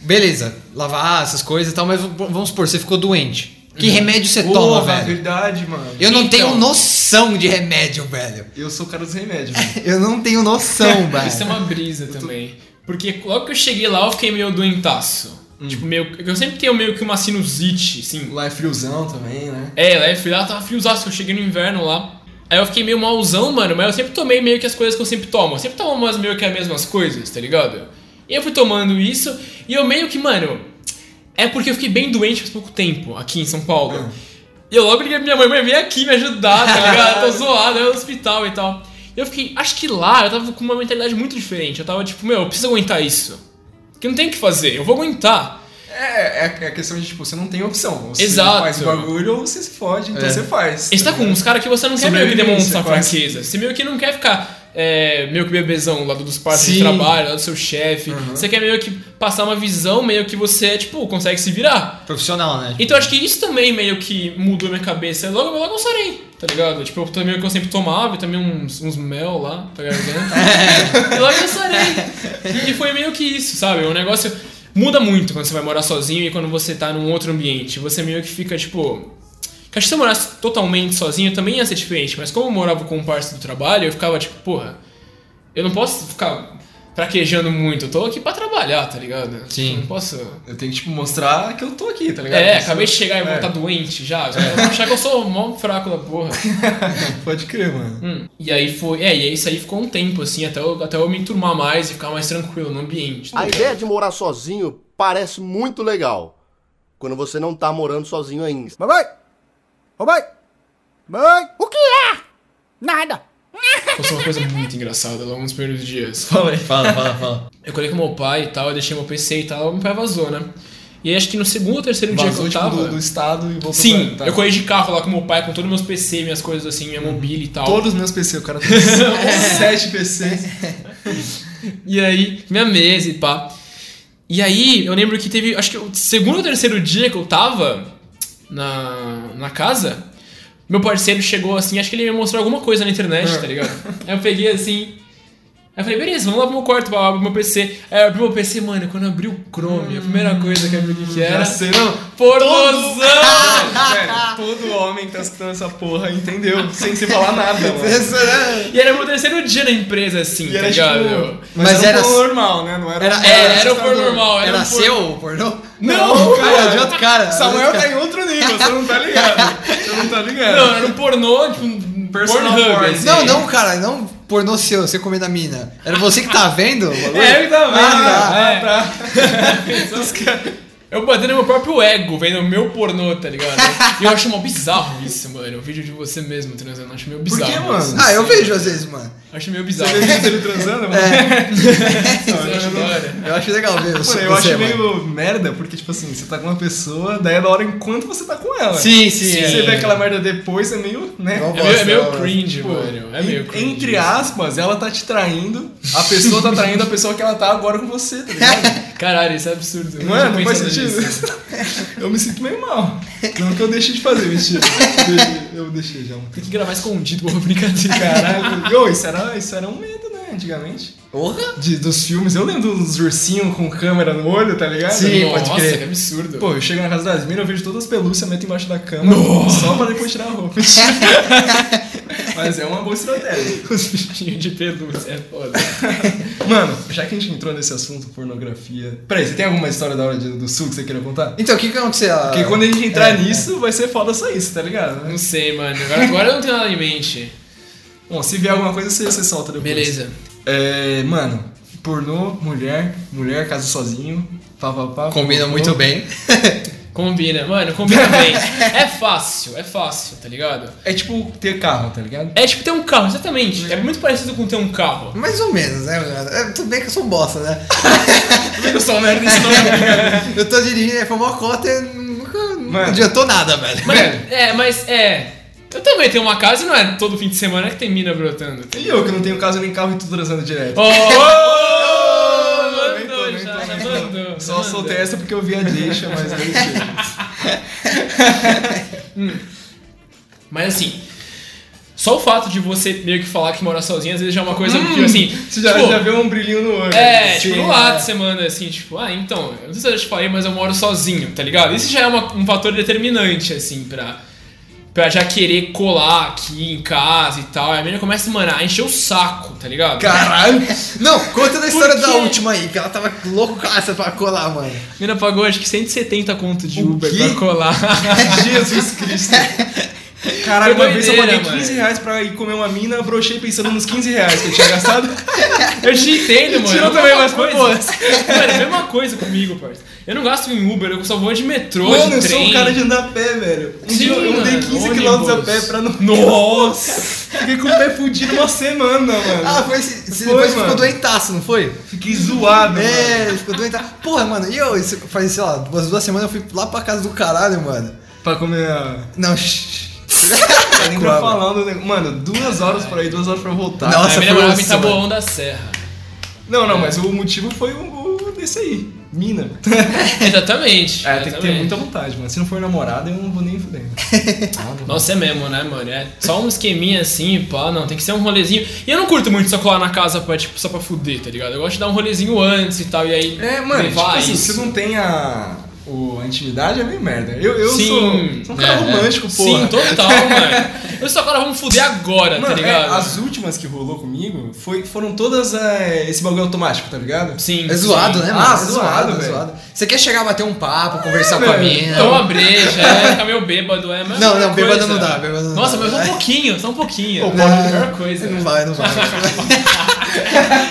S2: beleza, lavar essas coisas e tal, mas v- vamos supor, você ficou doente. Que remédio você toma,
S5: Uhum. Porra,
S2: velho?
S5: verdade, mano.
S2: Eu não
S4: Então.
S2: tenho noção de remédio, velho.
S5: Eu sou o cara dos remédios, mano.
S2: Eu não tenho noção,
S4: *laughs* Isso é
S2: velho.
S4: uma brisa também. Porque logo que eu cheguei lá, eu fiquei meio doentaço.
S5: Hum.
S4: Tipo, meio. Eu sempre tenho meio que uma sinusite, assim.
S5: Lá é friozão também, né?
S4: É, lá eu fui lá, tava friozaço, eu cheguei no inverno lá. Aí eu fiquei meio malzão, mano, mas eu sempre tomei meio que as coisas que eu sempre tomo. Eu sempre tomo umas meio que as mesmas coisas, tá ligado? E eu fui tomando isso, e eu meio que, mano. É porque eu fiquei bem doente faz pouco tempo, aqui em São Paulo. E eu logo liguei pra minha mãe, mãe, vem aqui me ajudar, tá ligado? Eu tô zoado, eu no hospital e tal. E eu fiquei, acho que lá eu tava com uma mentalidade muito diferente. Eu tava tipo, meu, eu preciso aguentar isso. Que não tem o que fazer, eu vou aguentar.
S5: É, é, é a questão de, tipo, você não tem opção. Ou Você
S4: Exato.
S5: faz o bagulho ou você se fode, então
S4: É.
S5: você faz.
S4: E Você tá com uns caras que você não quer meio que
S5: Sobrevivência,
S4: demonstrar
S5: quase.
S4: fraqueza. Você meio que não quer ficar é, meio que bebezão lá dos parceiros de
S5: Sim.
S4: trabalho, lá do seu chefe. Você quer meio que passar uma visão meio que você, tipo, consegue se virar.
S2: Profissional, né?
S4: Então acho que isso também meio que mudou minha cabeça. Logo, logo eu sarei, tá ligado? Tipo, eu também o que eu sempre tomava, e também uns, uns mel lá pra garganta. e logo eu sarei. E foi meio que isso, sabe? O negócio muda muito quando você vai morar sozinho e quando você tá num outro ambiente. Você meio que fica, tipo. que Acho que se eu morasse totalmente sozinho também ia ser diferente, mas como eu morava com um parceiro do trabalho, eu ficava tipo, porra, eu não posso ficar traquejando muito, eu tô aqui pra trabalhar, tá ligado?
S2: Sim.
S4: Eu não posso.
S5: Eu tenho que, tipo, mostrar que eu tô aqui, tá ligado?
S4: É,
S5: Isso-
S4: acabei de chegar e vou
S5: É.
S4: estar doente já. Os caras vão achar que eu sou mó fraco da porra.
S5: *laughs* Pode crer, mano.
S4: Hum. E aí foi. É, e isso aí ficou um tempo, assim, até eu, até eu me enturmar mais e ficar mais tranquilo no ambiente. Então,
S7: A ideia de morar sozinho parece muito legal. Quando você não tá morando sozinho ainda.
S6: Mamãe! Ô mãe! Mãe! O que é? Nada!
S4: Aconteceu tipo, uma coisa muito engraçada logo nos primeiros dias.
S5: Fala aí. Fala, fala,
S2: *laughs*
S5: fala.
S4: Eu colhei com meu pai e tal, eu deixei meu PC e tal, meu pai vazou, né? E aí acho que no segundo ou terceiro
S5: Vazou,
S4: dia que eu
S5: tipo,
S4: tava.
S5: do, do estado e voltou
S4: Sim,
S5: pra... tá.
S4: eu corri de carro lá com meu pai, com todos meus PC, minhas coisas assim, minha mobília e tal.
S5: Uhum. Todos os meus PC, o *laughs* cara tem sete PCs.
S4: E aí, minha mesa e pá. E aí, eu lembro que teve, acho que o segundo ou terceiro dia que eu tava na, na casa, meu parceiro chegou assim, acho que ele me mostrou alguma coisa na internet,
S5: É.
S4: tá ligado? Aí eu peguei assim. Aí eu falei, beleza, vamos lá pro meu quarto, pra abrir meu PC. Aí eu abri meu PC, mano, quando eu abri o Chrome, a primeira coisa que eu vi que era.
S5: Já sei, não.
S4: Pornozão!
S5: Velho, todo homem que tá escutando essa porra entendeu, sem se falar nada, mano.
S2: Essa, né?
S4: E era meu terceiro dia na empresa, assim,
S5: E
S4: tá
S5: era,
S4: ligado?
S5: tipo, mas,
S2: Mas
S5: era,
S2: era-
S5: um pornô normal, né? Não era,
S2: Era-
S5: um
S2: era-
S5: pornô
S4: era o pornô
S5: assustador.
S4: normal, era,
S2: Era
S4: um pornô-
S2: seu o pornô?
S5: Não,
S2: cara, de
S4: *laughs*
S2: outro cara.
S5: Samuel tá em outro nível, você não tá *laughs* ligado. Você não tá ligado.
S4: Não, era um pornô, tipo, um
S5: Personal
S4: Pornhub,
S5: porn.
S4: assim.
S2: Não, não, cara, não pornô seu, você comendo a mina.
S5: *laughs*
S2: Era você que tá vendo? o bagulho?
S5: É, eu também.
S2: Ah,
S5: Ah, tá. *laughs* Os caras-
S4: Eu batendo no meu próprio ego, vendo o meu pornô, tá
S2: *laughs*
S4: ligado? E eu acho mó bizarro isso, mano. O vídeo de você mesmo transando, eu acho meio
S5: Por
S4: bizarro.
S5: que, mano?
S2: Ah, eu vejo às vezes,
S5: *laughs*
S2: mano.
S4: Acho meio bizarro.
S3: Você vê ele transando, mano?
S2: *laughs*
S4: Isso eu acho da hora.
S2: Eu acho legal ver
S5: Mano,
S2: você, é
S5: eu acho
S2: mano.
S5: meio merda, porque, tipo assim, você tá com uma pessoa, daí é da hora enquanto você tá com ela.
S2: Sim, sim.
S5: Se
S2: é.
S5: você vê aquela merda depois, é meio, né?
S2: Igual
S4: É meio, é meio
S2: Nossa,
S4: cringe,
S5: Pô,
S4: mano. É meio cringe.
S5: Entre aspas, ela tá te traindo, a pessoa tá traindo a pessoa que ela tá agora com você, tá ligado?
S4: Caralho, isso é absurdo. Eu
S5: Não é?
S4: tinha
S5: Não faz
S4: pensado
S5: sentido.
S4: nisso.
S5: *laughs* Eu me sinto meio mal. Não que eu deixei de fazer, mentira. Eu deixei já.
S4: Tem que gravar escondido, porra, *laughs* brincadeira.
S5: Caralho. Ô, isso era, isso era um medo, né, antigamente.
S2: Porra!
S5: De, dos filmes, eu lembro dos ursinhos com câmera no olho, tá ligado?
S2: Sim,
S5: Nossa,
S4: Nossa, que absurdo.
S5: Pô, eu chego na casa das minas, eu vejo todas as pelúcias, meto embaixo da cama, só pra depois tirar
S2: *laughs*
S5: a roupa. Mas é uma boa estratégia.
S4: os bichinhos de pelúcia, é foda.
S5: Mano, já que a gente entrou nesse assunto, pornografia. Peraí, você tem alguma história da hora de- do sul que você queira contar?
S2: Então, o que que aconteceu?
S5: Porque quando a gente entrar
S2: É,
S5: nisso, vai ser foda só isso, tá ligado?
S4: Não sei, mano. Agora, agora eu não tenho nada em mente.
S5: Bom, se vier alguma coisa, você, você solta depois.
S4: Beleza.
S5: É, mano, pornô, mulher, mulher, casa sozinho, pá, pá, pá.
S2: Combina
S5: pornô.
S2: muito bem.
S4: Combina, mano, combina bem. É fácil, é fácil, tá ligado?
S5: É tipo ter carro, tá ligado?
S4: É tipo ter um carro,
S5: Uhum.
S4: exatamente. É muito parecido com ter um
S5: *laughs*
S4: carro.
S2: Mais ou menos, né? É, Tudo bem que eu sou um bosta, né?
S4: Eu sou merda isso não é
S5: né,
S2: Eu tô dirigindo, aí foi uma cota e nunca não
S5: Mano.
S2: adiantou nada, velho.
S4: mas, *laughs* É, mas é. Eu também tenho uma casa e não é todo fim de semana que tem mina brotando.
S5: E eu que não tenho casa nem carro e tô transando direto.
S4: Oh!
S5: *laughs* Oh, nem tô,
S4: mandou,
S5: nem
S4: já,
S5: tô,
S4: já
S5: nem tô.
S4: mandou.
S5: Só
S4: mandou.
S5: soltei essa porque eu vi a deixa,
S4: *laughs*
S5: mas não mentira.
S4: Mas assim. Só o fato de você meio que falar que mora sozinho, às vezes já é uma coisa que, assim.
S5: Você Hum. já,
S4: tipo,
S5: já viu um brilhinho no olho.
S4: É,
S5: *laughs* Sim.
S4: tipo, no lado de semana, assim, tipo, ah, então, eu não sei se eu já te falei, mas eu moro sozinho, tá ligado? Isso já é uma- um fator determinante, assim, pra, pra já querer colar aqui em casa e tal. Aí a menina começa, mano, a encher o saco, tá ligado?
S2: *laughs* Caralho! Não, conta da história
S4: quê?
S2: da última aí, que ela tava loucaça pra colar, mano.
S4: A menina pagou acho que 170 conto de Uber
S5: quê?
S4: pra colar.
S5: *laughs*
S4: *laughs*
S5: Jesus Cristo. Caralho,
S4: Foi
S5: uma vez eu paguei
S4: doideira,
S5: 15 reais pra ir comer uma mina, eu brochei pensando nos 15 reais que eu tinha gastado.
S4: Eu te entendo, mano.
S5: Tirou
S4: é a
S5: também,
S4: mesma
S5: mas foi
S4: coisa. Mano, é a mesma coisa comigo, parça. Eu não gasto em Uber, eu só vou de metrô,
S5: Mano,
S4: de
S5: eu
S4: trem.
S5: sou um cara de andar a pé, velho. Um
S4: Sim,
S5: dia eu andei
S4: mano,
S5: 15
S4: ônibus.
S5: km a pé pra não.
S4: Nossa!
S5: *laughs* Fiquei com o pé fudido uma semana,
S2: *laughs*
S5: mano.
S2: Ah, foi esse. esse
S5: Foi,
S2: depois
S5: mano.
S2: ficou doentaço, não foi?
S5: Fiquei zoado, mano.
S2: É, ficou doentaço. Porra, mano, e eu, isso, faz, sei lá, duas, duas semanas eu fui lá pra casa do caralho, mano.
S5: Pra comer a.
S2: Não, shh.
S5: Tá nem pra falar do negócio. Mano, duas horas pra ir, duas horas pra voltar.
S2: Não. Nossa,
S4: a menina
S2: foi
S4: morava em
S5: assim,
S2: osso, mano.
S4: Taboão da Serra.
S5: Não, não, mas o motivo foi o, o desse aí. Mina.
S4: Exatamente.
S5: É, tem que ter
S4: exatamente.
S5: muita vontade, mano. Se não for namorada, eu não vou nem fuder.
S4: Nossa, é mesmo, né, mano? É só um esqueminha assim, pá, não, tem que ser um rolezinho. E eu não curto muito só colar na casa pra, tipo, só pra fuder, tá ligado? Eu gosto de dar um rolezinho antes e tal, e aí.
S5: É, mano, tipo
S4: levar
S5: assim,
S4: isso.
S5: se não tem a, o- a intimidade, é meio merda. Eu, eu
S4: Sim,
S5: sou, sou um cara
S4: é, é.
S5: romântico, pô.
S4: Sim, total, mano. Eu só agora vamos fuder agora,
S5: Mano,
S4: tá
S5: é,
S4: ligado?
S5: as últimas que rolou comigo foi, foram todas é, esse bagulho automático, tá ligado?
S4: Sim.
S2: É zoado,
S4: sim.
S2: né,
S5: Ah,
S2: mano? é
S5: zoado, velho.
S2: Você quer chegar, bater um papo, conversar com a
S5: velho.
S2: mina.
S4: Toma breja, é, fica meio bêbado, é, mas.
S2: Não,
S4: coisa.
S2: não, bêbado não dá, bêbado não
S4: Nossa,
S2: dá.
S4: mas só um pouquinho, só um pouquinho.
S5: Ô,
S4: é a
S2: Não,
S4: melhor coisa.
S2: Não vai, não vai.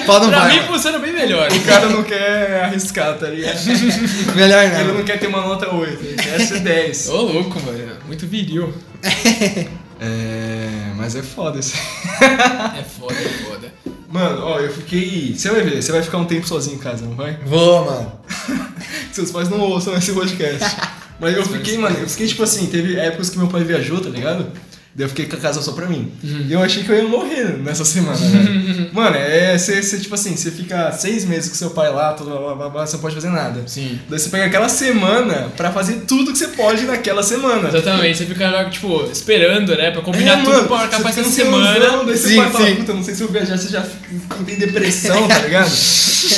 S2: Pau não
S4: Pra mim
S2: vai.
S4: funciona bem melhor.
S5: O cara não quer arriscar, tá ligado? *laughs*
S2: Melhor
S5: Ele
S2: não.
S5: não quer ter uma nota 8, ele quer ser 10.
S4: Ô, louco, mano. Muito viril.
S5: É, mas é foda isso.
S4: É foda, é foda.
S5: Mano, ó, eu fiquei. Você vai ver, você vai ficar um tempo sozinho em casa, não vai?
S2: Vou, mano.
S5: Seus pais não ouçam esse podcast. *laughs* Mas eu fiquei, mano, eu fiquei tipo assim, teve épocas que meu pai viajou, tá ligado? Daí eu fiquei com a casa só pra mim. E eu achei que eu ia morrer nessa semana, *laughs* né? Mano, é. Você, você, tipo assim, você fica seis meses com seu pai lá, tudo, blá, blá, blá, blá, você não pode fazer nada.
S4: Sim.
S5: Daí você pega aquela semana pra fazer tudo que você pode naquela semana.
S4: Exatamente, você fica logo, tipo, esperando, né? Pra
S5: É,
S4: combinar tudo
S5: mano,
S4: pra marcar pra
S5: você um
S4: essa
S5: fica ansiosão,
S4: semana.
S5: Daí
S2: Sim,
S5: seu pai fala,
S2: sim.
S5: puta, não sei se eu viajar, você já fica- *laughs* tem depressão, tá *laughs* ligado?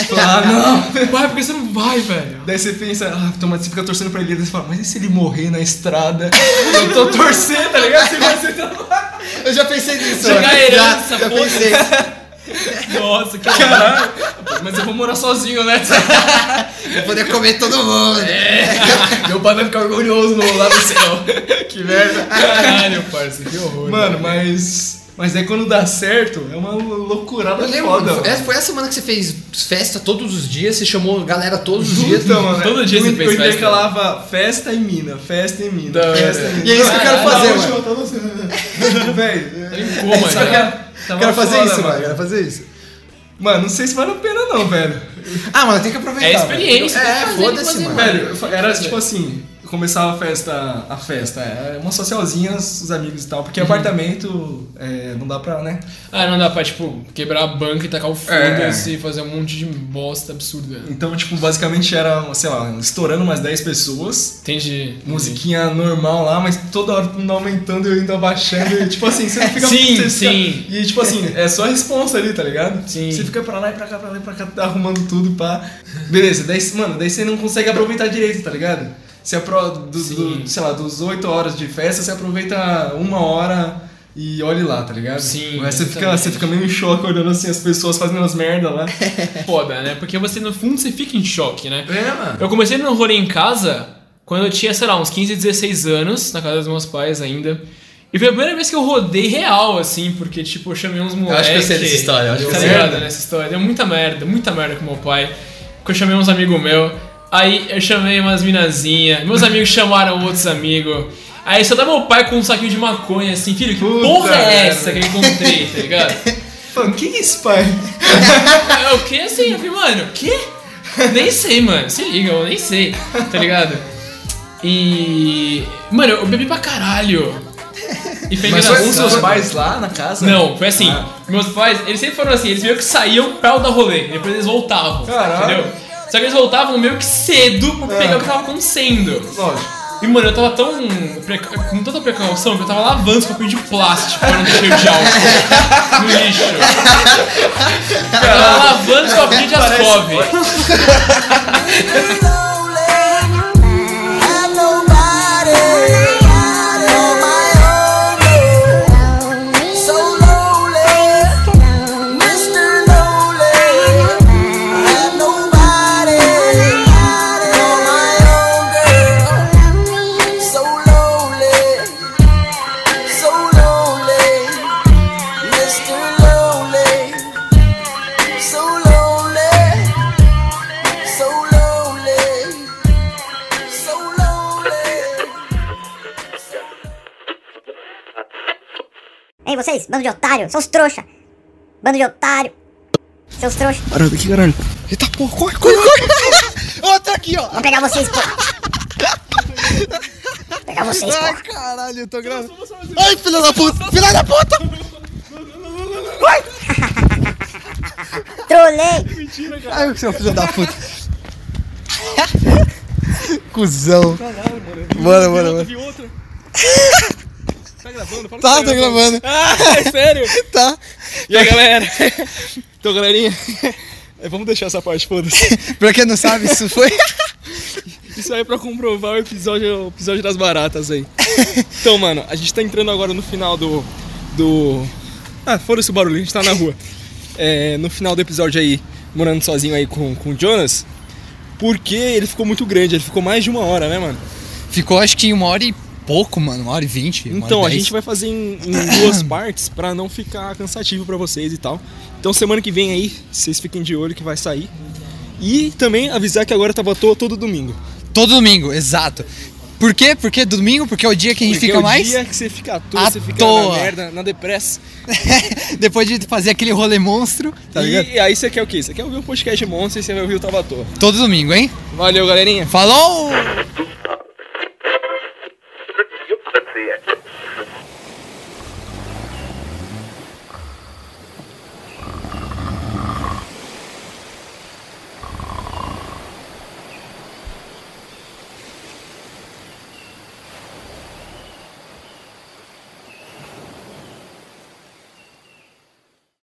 S5: Fala, ah, não.
S4: Pai, por que você não vai, velho?
S5: Daí você pensa, ah, toma, você fica torcendo pra ele, daí você fala, mas e se ele morrer na estrada? *laughs* Eu tô torcendo, tá ligado? Você vai ser
S2: Eu já pensei nisso.
S4: Chega
S2: mano.
S4: a herança,
S2: já, já
S4: porra.
S2: pensei.
S4: Nossa, que
S5: Caralho.
S4: Mas eu vou morar sozinho, né?
S2: Vou poder comer todo mundo.
S5: Meu pai vai ficar orgulhoso no, lá no céu. que merda.
S4: Caralho, parça, que horror.
S5: Mano, mas. mas
S3: Mas aí quando dá certo, é uma loucurada
S2: Eu lembro,
S3: foda.
S2: foi-
S3: mano.
S2: essa- foi essa semana que você fez festa todos os dias, você chamou galera todos os dias.
S5: Então,
S3: Puta, mano.
S4: Todo dia
S3: eu,
S4: você fez
S3: eu
S4: festa.
S3: intercalava festa em mina, festa em mina,
S4: Da hora.
S3: festa em mina.
S2: E é isso que eu quero fazer,
S3: Tava
S2: mano.
S3: chutando assim, né? Velho,
S4: *laughs* Em
S5: É
S4: coma,
S2: Só
S4: já.
S2: Eu quero fazer
S3: foda,
S2: isso, mano.
S3: mano.
S2: eu Quero fazer isso.
S3: Mano, não sei se vale a pena não, velho.
S2: Ah, mano, tem que aproveitar.
S4: É
S2: velho.
S4: experiência, tem que
S2: É,
S4: fazer, tem
S2: foda-se,
S4: que
S2: mano.
S4: fazer,
S3: Velho, era tipo assim, começava a festa, a festa, é, uma socialzinha, os amigos e tal, porque apartamento é, não dá pra, né?
S4: Ah, não dá pra, tipo, quebrar a banca e tacar o foda-se
S3: É.
S4: e fazer um monte de bosta absurda.
S3: Então, tipo, basicamente era, sei lá, estourando umas 10 pessoas,
S4: Entendi.
S3: Uhum. musiquinha normal lá, mas toda hora tudo aumentando e eu indo abaixando, e tipo assim, você não fica...
S4: *laughs* Sim,
S3: você fica-
S4: sim.
S3: e tipo assim, é só a responsa ali, tá ligado?
S4: Sim.
S3: Você fica pra lá e pra cá, pra lá e pra cá, tá arrumando tudo, pá. Beleza, daí, mano, daí você não consegue aproveitar direito, tá ligado? Você apro do, do- sei lá, dos 8 horas de festa, você aproveita uma hora e olhe lá, tá ligado?
S4: Sim,
S3: Mas você fica,
S4: exatamente.
S3: você fica meio em choque olhando assim as pessoas fazendo umas merda lá.
S4: Foda, né? Porque você, no fundo, você fica em choque, né?
S3: É, mano.
S4: Eu comecei no rolê em casa quando eu tinha, sei lá, uns 15, 16 anos, na casa dos meus pais ainda. E foi a primeira vez que eu rodei real, assim, porque, tipo, eu chamei uns moleques.
S2: acho que eu sei dessa história, eu acho que
S4: tá
S2: eu sei.
S4: ligado nessa história. Deu muita merda, muita merda com meu pai. Porque eu chamei uns amigos meu. Aí eu chamei umas minazinhas. Meus amigos *laughs* chamaram outros amigos. Aí só dá meu pai com um saquinho de maconha, assim, filho, que
S3: Puta
S4: porra é
S3: merda.
S4: essa que eu encontrei, tá ligado?
S3: Mano, que que é isso, pai?
S4: É o que assim? Eu falei, mano, o quê? Nem sei, mano. Se liga, eu nem sei, tá ligado? E. Mano, eu bebi pra caralho. E foi
S2: Mas
S4: engraçado.
S2: foi com seus
S3: pais lá na casa?
S4: Não, foi assim. Meus pais, eles sempre foram assim, eles meio que saíam pra o dar rolê, depois eles voltavam.
S3: Caralho.
S4: Entendeu? Só que eles voltavam meio que cedo pra pegar o que tava acontecendo.
S3: Lógico.
S4: E, mano, eu tava tão. preca- com tanta precaução que eu tava lavando os copinhos de plástico pra não ter cheio de álcool no lixo. Eu tava lavando os copinhos de Ascov.
S1: Ei, vocês, bando de otário, seus trouxa. Bando de otário, seus trouxa.
S5: Caralho, que caralho.
S2: Eita porra, corre, corre, corre! Ó, tá aqui, ó!
S1: Vou pegar vocês, pô. Vou pegar vocês, pô.
S2: Ai, caralho, eu tô gravando. Ai, filha da puta! Filha da puta!
S1: Trolei.
S2: Ai, seu filho da puta! *laughs* Cusão! Mano, mano, mano. Tá, tô gravando. Ah,
S5: É sério?
S2: *laughs* Tá.
S5: E aí, galera? É, né? *laughs* Então, galerinha, *laughs* é, vamos deixar essa parte, foda-se.
S2: Pra quem não sabe, isso foi.
S5: Isso aí é pra comprovar o episódio, o episódio das baratas aí. Então, mano, a gente tá entrando agora no final do... do... Ah, foda-se o barulho, a gente tá na rua. É, no final do episódio aí, morando sozinho aí com, com o Jonas, porque ele ficou muito grande, ele ficou mais de uma hora, né, mano?
S2: *laughs* Ficou acho que uma hora e pouco, mano. Uma hora e vinte. uma
S5: Então,
S2: hora
S5: a
S2: e dez.
S5: gente vai fazer em, em
S2: *coughs*
S5: duas partes pra não ficar cansativo pra vocês e tal. Então, semana que vem aí, vocês fiquem de olho que vai sair. E também avisar que agora tava à toa todo domingo.
S2: Todo domingo, exato. Por quê? Porque domingo, porque é o dia que a gente
S5: Porque
S2: fica
S5: é o
S2: mais.
S5: dia que você fica à toa,
S2: À
S5: você fica
S2: toa.
S5: na merda, na depressa.
S2: *laughs* Depois de fazer aquele rolê monstro, tá ligado?
S5: e aí você quer um o quê? Você quer ouvir o podcast Monstro e você vai ouvir o Tava à Toa.
S2: Todo domingo, hein?
S5: Valeu, galerinha.
S2: Falou!